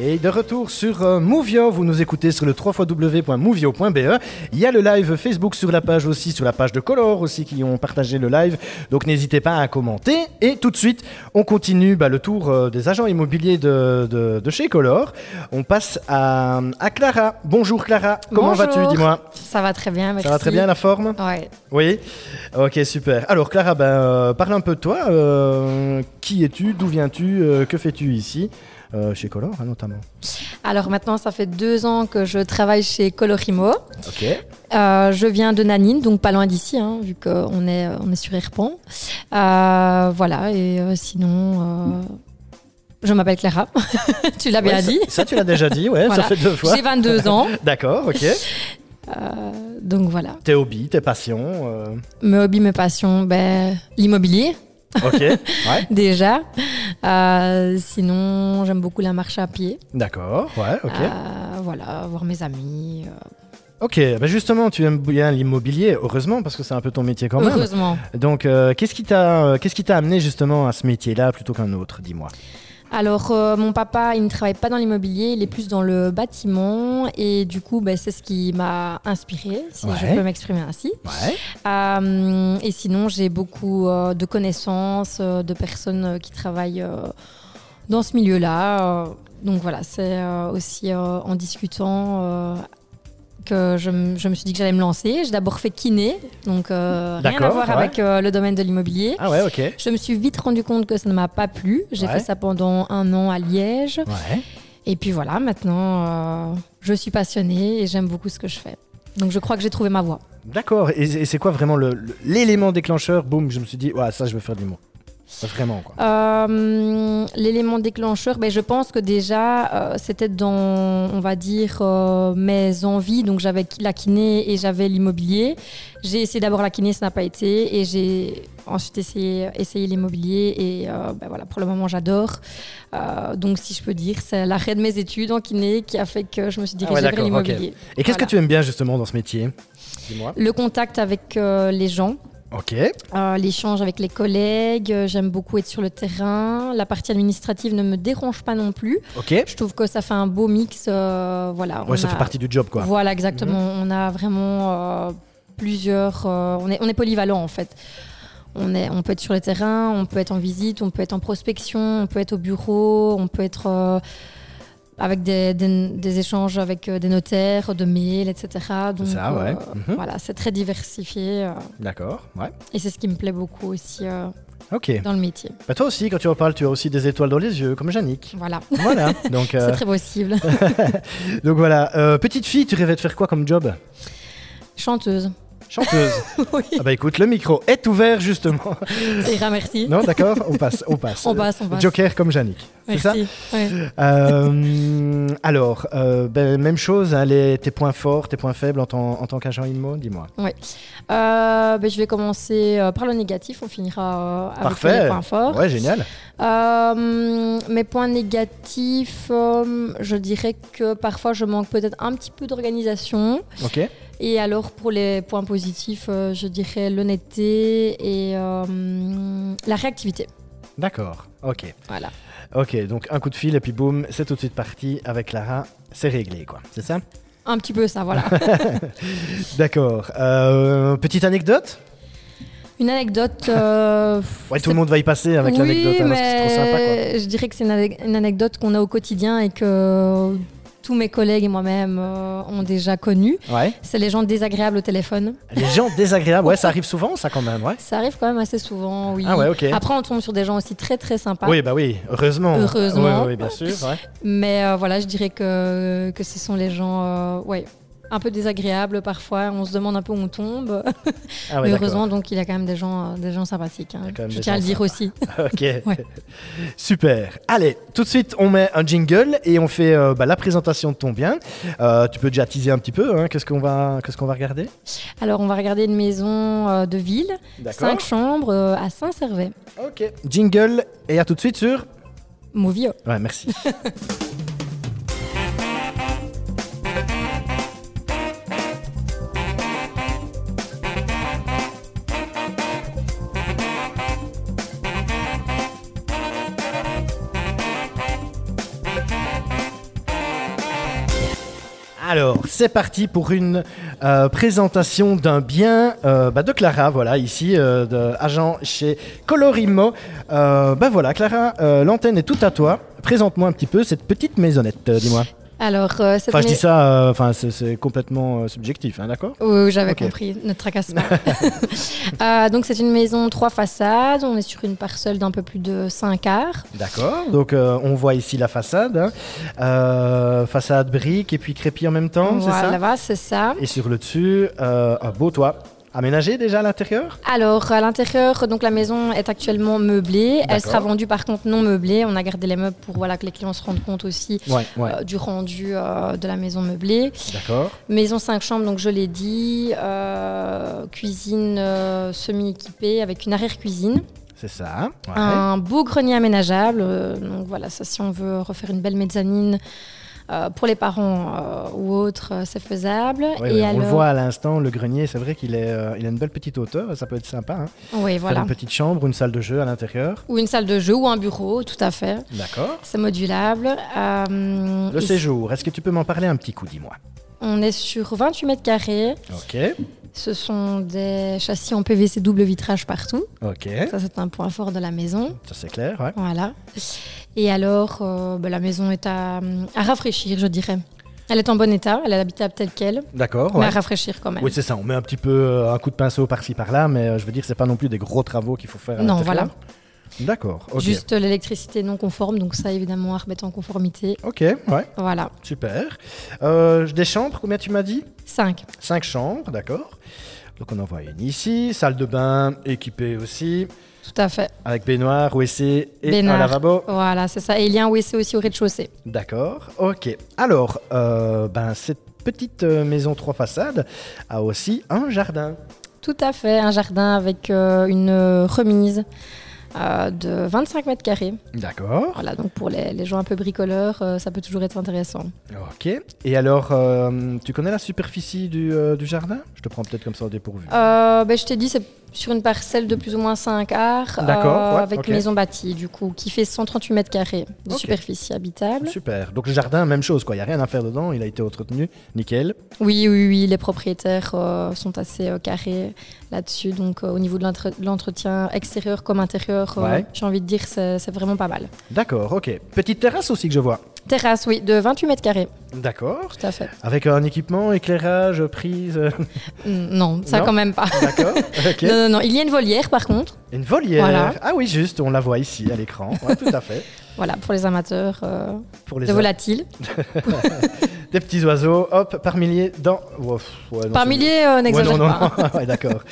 Et de retour sur euh, Movio, vous nous écoutez sur le www.movio.be. Il y a le live Facebook sur la page aussi, sur la page de Color aussi, qui ont partagé le live. Donc n'hésitez pas à commenter. Et tout de suite, on continue bah, le tour euh, des agents immobiliers de, de- de chez Color. On passe à, à Clara. Bonjour Clara, comment Bonjour. vas-tu Dis-moi. Ça va très bien, merci. Ça va très bien la forme Ouais. Oui. Ok, super. Alors Clara, ben, euh, parle un peu de toi. Euh, qui es-tu D'où viens-tu Euh, Que fais-tu ici Euh, Chez Color, hein, notamment. Alors maintenant, ça fait deux ans que je travaille chez Colorimo. Ok. Euh, je viens de Nanine, donc pas loin d'ici, hein, vu qu'on est, euh, on est sur Erpan. Euh, voilà, et euh, sinon, euh, je m'appelle Clara. tu l'as Ah, bien Ouais, ça- dit. Ça, tu l'as déjà dit, ouais, Voilà. ça fait deux fois. J'ai 22 ans, D'accord, ok. euh, donc voilà. Tes hobbies, tes passions. euh, Mes hobbies, mes passions, ben, l'immobilier Ok, ouais. déjà. Euh, sinon, j'aime beaucoup la marche à pied. D'accord, ouais, ok. Euh, voilà, voir mes amis. euh, Ok, bah justement, tu aimes bien l'immobilier, heureusement, parce que c'est un peu ton métier quand même. heureusement. Donc, euh, qu'est-ce qui t'a euh, qu'est-ce qui t'a amené justement à ce métier-là plutôt qu'un autre, dis-moi Alors, euh, mon papa, il ne travaille pas dans l'immobilier, il est plus dans le bâtiment. Et du coup, ben, c'est ce qui m'a inspirée, si Ouais. je peux m'exprimer ainsi. Ouais. Euh, et sinon, j'ai beaucoup euh, de connaissances, euh, de personnes euh, qui travaillent euh, dans ce milieu-là. Euh, donc voilà, c'est euh, aussi euh, en discutant euh, que je, me- je me suis dit que j'allais me lancer. J'ai d'abord fait kiné, donc euh, rien à D'accord, voir ouais. avec euh, le domaine de l'immobilier. Ah ouais, ok. Ouais. Je me suis vite rendu compte que ça ne m'a pas plu. J'ai Ouais. fait ça pendant un an à Liège. Et puis voilà, maintenant, euh, je suis passionnée et j'aime beaucoup ce que je fais. Donc je crois que j'ai trouvé ma voie. D'accord. Et, et c'est quoi vraiment le- le- l'élément déclencheur Boum, je me suis dit, ouais, ça, je veux faire de l'humour. Vraiment, quoi. Euh, L'élément déclencheur, ben, je pense que déjà, euh, c'était dans, on va dire, euh, mes envies. Donc j'avais ki- la kiné et j'avais l'immobilier. J'ai essayé d'abord la kiné, ça n'a pas été. Et j'ai ensuite essayé, essayé l'immobilier. Et euh, ben, voilà, pour le moment, j'adore. Euh, donc si je peux dire, c'est l'arrêt de mes études en kiné qui a fait que je me suis Ah ouais, dirigée vers d'accord, ok. l'immobilier. Et qu'est-ce Voilà. que tu aimes bien justement dans ce métier Dis-moi. Le contact avec euh, les gens. Ok. Euh, L'échange avec les collègues, euh, j'aime beaucoup être sur le terrain. La partie administrative ne me dérange pas non plus. Ok. Je trouve que ça fait un beau mix. euh, voilà, on Ouais, ça a- fait partie du job, quoi. Mhm. Voilà, exactement. On a vraiment euh, plusieurs. euh, on, est, on est polyvalent en fait. On, est, on peut être sur le terrain, on peut être en visite, on peut être en prospection, on peut être au bureau, on peut être euh, avec des, des- des échanges avec euh, des notaires, de mails, etc. Donc, euh, ça, ouais. Mhm. Voilà, c'est très diversifié. euh, D'accord. Ouais. et c'est ce qui me plaît beaucoup aussi euh, Ok. dans le métier. Bah toi aussi, quand tu en parles, tu as aussi des étoiles dans les yeux, comme Yannick. Voilà, Voilà. Donc, euh, c'est très possible. donc voilà. Euh, petite fille, tu rêvais de faire quoi comme job Chanteuse. Chanteuse. Oui. ah bah écoute, le micro est ouvert justement. Ça ira, merci. non, d'accord. On passe, on passe. On passe, on passe. Joker comme Yannick. C'est ça Merci. Ouais. Euh, Alors, euh, ben, même chose, hein, les- tes points forts, tes points faibles en, tant- en tant qu'agent IMO, dis-moi. Euh, ben, je vais commencer euh, par le négatif. On finira euh, avec Parfait. les points forts. Ouais, génial. Euh, mes points négatifs, euh, je dirais que parfois je manque peut-être un petit peu d'organisation. Ok. Et alors pour les points positifs, euh, je dirais l'honnêteté et euh, la réactivité. D'accord. Ok. Voilà. Ok, donc un coup de fil et puis boum, c'est tout de suite parti avec Clara. C'est réglé, quoi. C'est ça Un petit peu ça, voilà. D'accord. Euh, petite anecdote Une anecdote. euh, Ouais, tout c'est- le monde va y passer avec oui, l'anecdote, hein, parce que c'est trop sympa. Quoi. mais Je dirais que c'est une, ane- une anecdote qu'on a au quotidien et que euh, tous mes collègues et moi-même euh, ont déjà connue. Ouais. C'est les gens désagréables au téléphone. Les gens désagréables, ouais, ça arrive souvent, ça quand même, ouais. Ça arrive quand même assez souvent, oui. Ah ouais, ok. Après, on tombe sur des gens aussi très très sympas. Oui, bah oui, heureusement. Heureusement. Oui, bien sûr. ouais. Mais euh, voilà, je dirais que, que ce sont les gens euh, ouais, un peu désagréables parfois. On se demande un peu où on tombe. Ah ouais, Mais d'accord. heureusement, donc, il y a quand même des gens, euh, des gens sympathiques. hein. Il y a quand même Je des tiens à le gens dire aussi. Ok. Super. Allez, tout de suite, on met un jingle et on fait euh, bah, la présentation de ton bien. Euh, tu peux déjà teaser un petit peu, hein, qu'est-ce qu'on va, qu'est-ce qu'on va regarder Alors, on va regarder une maison euh, de ville, cinq chambres euh, à Saint-Servais. Ok. Jingle et à tout de suite sur. Movio. Ouais, merci. Alors, c'est parti pour une euh, présentation d'un bien euh, bah, de Clara, voilà, ici, euh, de- agent chez Colorimo. Euh, bah voilà, Clara, euh, l'antenne est toute à toi. Présente-moi un petit peu cette petite maisonnette, euh, dis-moi. Alors, euh, cette Enfin, je mai- dis ça, euh, enfin, c'est- c'est complètement euh, subjectif, hein, d'accord Oui, oui, j'avais Ok. compris, ne te tracasse pas. Euh, donc c'est une maison trois façades, on est sur une parcelle d'un peu plus de 5 arts. D'accord. Donc, euh, on voit ici la façade, hein. Euh, façade brique et puis crépi en même temps, Oh, c'est ça Voilà, c'est ça. Et sur le dessus, euh, un beau toit. Aménagé déjà à l'intérieur Alors à l'intérieur, donc la maison est actuellement meublée. Elle D'accord. sera vendue par contre non meublée. On a gardé les meubles pour voilà que les clients se rendent compte aussi Ouais, ouais. euh, du rendu euh, de la maison meublée. D'accord. Maison 5 chambres, donc je l'ai dit. euh, cuisine euh, semi-équipée avec une arrière-cuisine. C'est ça. Ouais. Un beau grenier aménageable. euh, donc voilà, ça si on veut refaire une belle mezzanine euh, pour les parents euh, ou autres, euh, c'est faisable. Oui, oui, on le voit à l'instant, le grenier, c'est vrai qu'il est, euh, il a une belle petite hauteur, ça peut être sympa. hein. Oui, Faire voilà. une petite chambre, une salle de jeu à l'intérieur. Ou une salle de jeu ou un bureau, tout à fait. D'accord. C'est modulable. Euh, Le et séjour, est-ce que tu peux m'en parler un petit coup, dis-moi on est sur 28 mètres carrés. Ok, Ce sont des châssis en PVC double vitrage partout. ok, Ça, c'est un point fort de la maison. ça c'est clair, ouais. Voilà. Et alors, euh, bah, la maison est à, à rafraîchir, je dirais. Elle est en bon état, elle est habitable telle qu'elle, D'accord, mais ouais. à rafraîchir quand même. Oui, c'est ça, on met un petit peu euh, un coup de pinceau par-ci par-là, mais euh, je veux dire, c'est pas non plus des gros travaux qu'il faut faire. à Non, l'intérieur. D'accord, ok. Juste euh, l'électricité non conforme, donc ça évidemment à remettre en conformité. Ok, ouais, Voilà. super. Euh, des chambres, combien tu m'as dit 5. Cinq chambres, d'accord. Donc on en voit une ici, salle de bain équipée aussi, Tout à fait. avec baignoire, WC et un Baignoire. lavabo. Voilà, c'est ça. Et il y a un WC aussi au rez-de-chaussée. D'accord, ok. Alors, euh, ben, cette petite euh, maison trois façades a aussi un jardin. Tout à fait. Un jardin avec euh, une euh, remise euh, de 25 mètres carrés. D'accord, Voilà, donc pour les, les gens un peu bricoleurs, euh, ça peut toujours être intéressant. ok. Et alors, euh, tu connais la superficie du, euh, du jardin Je te prends peut-être comme ça au dépourvu. Euh, ben, je t'ai dit, c'est sur une parcelle de plus ou moins 5 arts, euh, D'accord, ouais, avec ok. une maison bâtie, du coup, qui fait 138 mètres carrés de Ok. superficie habitable. Super. Donc le jardin, même chose, quoi. Il n'y a rien à faire dedans, il a été entretenu, nickel. Oui, oui, oui, les propriétaires euh, sont assez euh, carrés là-dessus, donc euh, au niveau de l'entre- de l'entretien extérieur comme intérieur, euh, Ouais. j'ai envie de dire, c'est c'est vraiment pas mal. D'accord, ok. Petite terrasse aussi que je vois. Terrasse, oui, de 28 mètres carrés, D'accord. tout à fait. Avec un équipement, éclairage, prise. euh, Mm, Non, ça Non. quand même pas. D'accord, ok. Non, non, non, il y a une volière par contre, Une volière. Voilà. Ah oui, juste, on la voit ici à l'écran. Ouais, tout à fait. voilà, pour les amateurs euh, Pour les de volatiles. Des petits oiseaux, hop, par milliers dans. Ouf, ouais, non, Par c'est- milliers, euh, Ouais, n'exagère non, non, pas. non. Ouais, d'accord.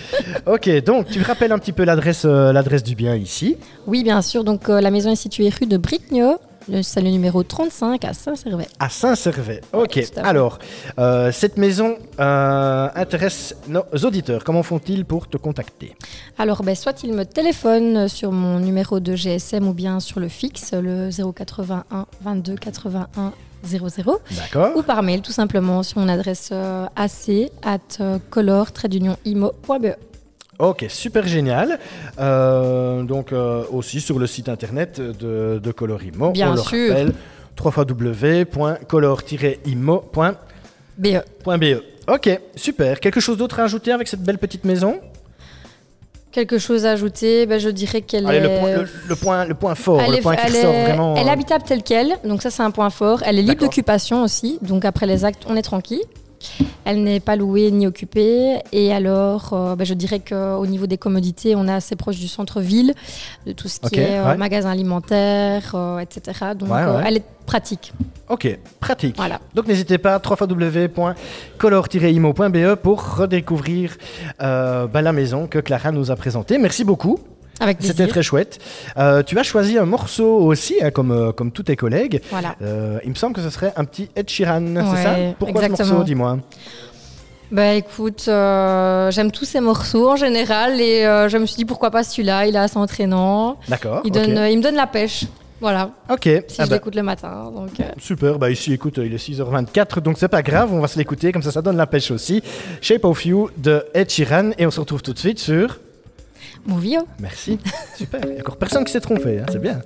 ok, donc tu rappelles un petit peu l'adresse, euh, l'adresse du bien ici. Oui, bien sûr. Donc, euh, la maison est située rue de Brigneux, le salut numéro 35 à Saint-Servais. À Saint-Servais. Ok. Ouais, tout à fait. Alors, euh, cette maison euh, intéresse nos auditeurs. Comment font-ils pour te contacter Alors, ben, soit il me téléphone sur mon numéro de GSM ou bien sur le fixe, le 081 22 81 00, D'accord. ou par mail, tout simplement, sur mon adresse euh, ac at euh, color imo.be. Ok, super génial. Euh, donc euh, aussi sur le site internet de, de Colorimo. Bien on le sûr. rappelle, www.color-imo.com. BE. .be. E. Ok, super. Quelque chose d'autre à ajouter avec cette belle petite maison Quelque chose à ajouter ben, Je dirais qu'elle Allez, est. le point, le, le point, le point fort, Elle Oh, le est- point qui elle ressort est- vraiment. euh. elle est habitable telle qu'elle, donc ça c'est un point fort. Elle est libre D'accord. d'occupation aussi, donc après les actes on est tranquille. Elle n'est pas louée ni occupée. Et alors, euh, bah, je dirais qu'au niveau des commodités, on est assez proche du centre-ville, de tout ce qui Ok, est euh, ouais. magasin alimentaire, euh, etc. Donc Ouais, euh, ouais. elle est pratique. Ok, pratique. Voilà. Donc n'hésitez pas, www.color-imo.be E pour redécouvrir euh, bah, la maison que Clara nous a présentée. Merci beaucoup. Avec C'était plaisir. très chouette. Euh, tu as choisi un morceau aussi, hein, comme, euh, comme tous tes collègues. Voilà. Euh, il me semble que ce serait un petit Ed Sheeran, c'est Ouais, ça Pourquoi ce exactement. morceau, dis-moi Bah écoute, euh, j'aime tous ces morceaux en général et euh, je me suis dit pourquoi pas celui-là, il est assez entraînant. D'accord. Il, ok. donne, euh, il me donne la pêche. Voilà, Ok. si ah je bah, l'écoute le matin. Donc, euh, Super, bah ici écoute, euh, il est 6h24, donc c'est pas grave, on va se l'écouter, comme ça ça donne la pêche aussi. Shape of You de Ed Sheeran, et on se retrouve tout de suite sur... Movio. Merci, super, il y a encore personne qui s'est trompé, hein, c'est bien.